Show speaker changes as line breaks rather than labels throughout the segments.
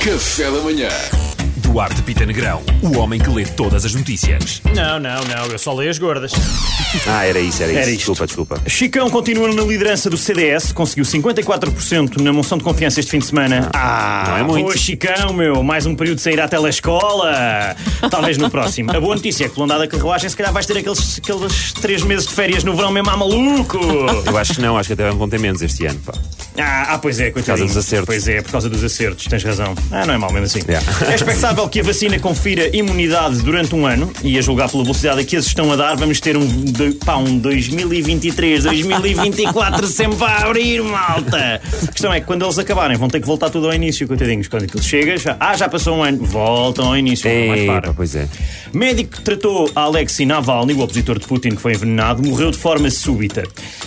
Café da manhã.
Duarte Pita Negrão, o homem que lê todas as notícias.
Não, não, não, eu só leio as gordas.
Ah, era isso, era,
Era
isso.
isto.
Desculpa, desculpa.
Chicão continua na liderança do CDS, conseguiu 54% na moção de confiança este fim de semana. Ah,
não é muito.
boa, Chicão, meu, mais um período de sair à telescola. Talvez no próximo. A boa notícia é que, pelo andar da carruagem, se calhar vais ter aqueles, aqueles três meses de férias no verão mesmo à maluco.
Eu acho que não, acho que até vão ter menos este ano. Pá.
Ah, ah, pois é, coitadinho.
Por causa dos acertos.
Pois é, por causa dos acertos, tens razão. Ah, não é mal mesmo assim.
Yeah.
É expectável que a vacina confira imunidade durante um ano e a julgar pela velocidade a que eles estão a dar, vamos ter um, de, pá, um 2023, 2024 sempre a abrir, malta. A questão é que quando eles acabarem vão ter que voltar tudo ao início, coitadinhos. Quando aquilo chega, já, ah, já passou um ano, voltam ao início. não mais
Ei,
para.
pá, pois é.
Médico que tratou Alexei Navalny, o opositor de Putin que foi envenenado, morreu de forma súbita.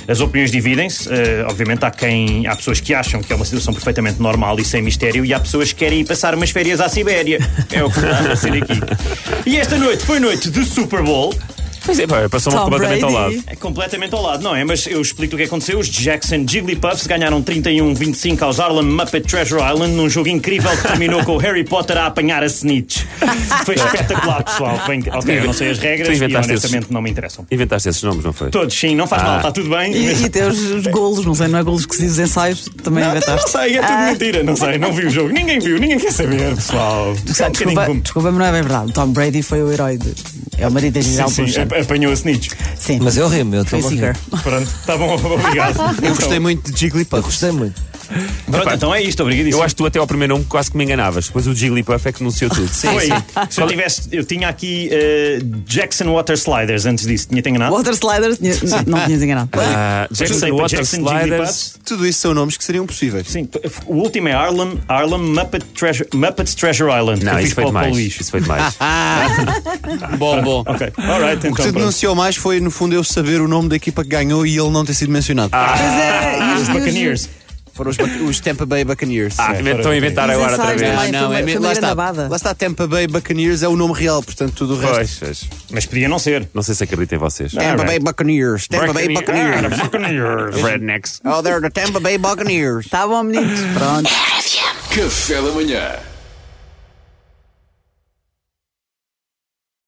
As opiniões dividem-se. eh, obviamente, há, quem, há pessoas que acham que é uma situação perfeitamente normal e sem mistério, e há pessoas que querem ir passar umas férias à Sibéria. É o que está a acontecer aqui. E esta noite foi noite de Super Bowl.
Pois é, pá, passou-me
Tom
completamente ao
Brady.
lado.
É completamente ao lado, não é? Mas eu explico o que aconteceu. Os Jackson Jigglypuffs ganharam 31-25 aos Harlem Muppet Treasure Island num jogo incrível que terminou com o Harry Potter a apanhar a Snitch. Foi espetacular, pessoal. Foi inc- ok, eu não sei as
Tu
regras e
inventaste esses- Ah.
honestamente não me interessam.
Inventaste esses nomes, não foi?
Todos, sim, não faz mal, está tudo bem.
E, e ter os, os golos, não sei, não é golos que se diz os ensaios, também
Não, não
inventaste.
sei, é tudo
Ah.
mentira, não sei, não vi o jogo. Ninguém viu, ninguém quer saber, pessoal. Só um bocadinho
Desculpa,
como-
desculpa, mas não é bem verdade. Tom Brady foi o herói de. É o marido da Gisele
Sim, sim,
Bündchen.
ap- apanhou a Snitch.
Sim.
Mas eu rimo, eu
Foi
estou a
Seeger.
rir.
Pronto, está bom, obrigado.
Eu gostei muito de Jigglypuff. Eu gostei muito.
Pronto, então é isto, obrigadíssimo.
Eu acho que tu até ao primeiro nome quase que me enganavas. Depois o Jigglypuff é que anunciou tudo. Sim,
Foi. Se eu tivesse. Eu tinha aqui eh, Jackson Water Sliders antes disso. Tinha-te enganado?
Water Sliders, tinha- não, não tinhas enganado.
Ah, Jackson
Sei,
Water
Jackson
Sliders.
Jigglypuffs.
Tudo isso são nomes que seriam possíveis.
Sim, p- o último é Harlem, Harlem Muppet Treasure, Muppets Treasure Island. que
Não,
eu
isso
fiz
foi
para o
demais.
Paulo Luís.
Isso foi demais.
Bom, bom.
Ok, alright,
O que
então.
tu
pronto.
denunciou mais foi, no fundo, eu saber o nome da equipa que ganhou e ele não ter sido mencionado.
Pois é, e os-
Ah, Os
e os-
Buccaneers.
Foram os, Bac- os Tampa Bay Buccaneers.
Ah,
Sim,
estão a inventar
os
agora outra
ensaios
vez.
também,
Ah, não,
foi-
é
foi
mesmo-
uma
lá,
grande
está,
abada.
lá está Tampa Bay Buccaneers, é o nome real, portanto tudo o resto.
Pois, pois.
Mas podia não ser.
Não sei se acredito em vocês.
Tampa Bay Buccaneers, Tampa Bay
Buccaneers.
Buccaneers.
Rednecks.
Oh, they're the Tampa Bay Buccaneers.
Tá bom, meninos. Pronto.
Café da manhã.